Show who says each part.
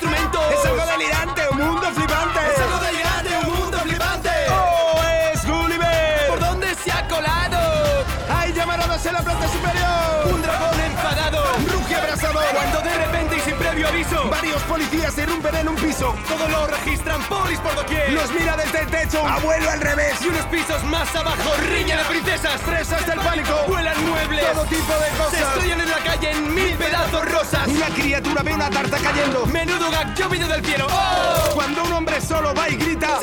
Speaker 1: Oh,
Speaker 2: Ah,
Speaker 1: ¡Vamos en la planta superior!
Speaker 2: Un dragón enfadado.
Speaker 1: ¡Ruge abrasador!
Speaker 2: Cuando de repente y sin previo aviso,
Speaker 1: Varios policías irrumpen en un piso.
Speaker 2: todo lo registran polis por doquier.
Speaker 1: Los mira desde el techo. Abuelo al revés.
Speaker 2: y unos pisos más abajo, riña de princesas.
Speaker 1: Presas del pánico.
Speaker 2: Vuelan muebles.
Speaker 1: Todo tipo de
Speaker 2: Se
Speaker 1: cosas.
Speaker 2: estrellan en la calle en mil pedazos rosas.
Speaker 1: Una criatura ve una tarta cayendo.
Speaker 2: Menudo gag llovido del cielo. ¡Oh!
Speaker 1: Cuando un hombre solo va y grita.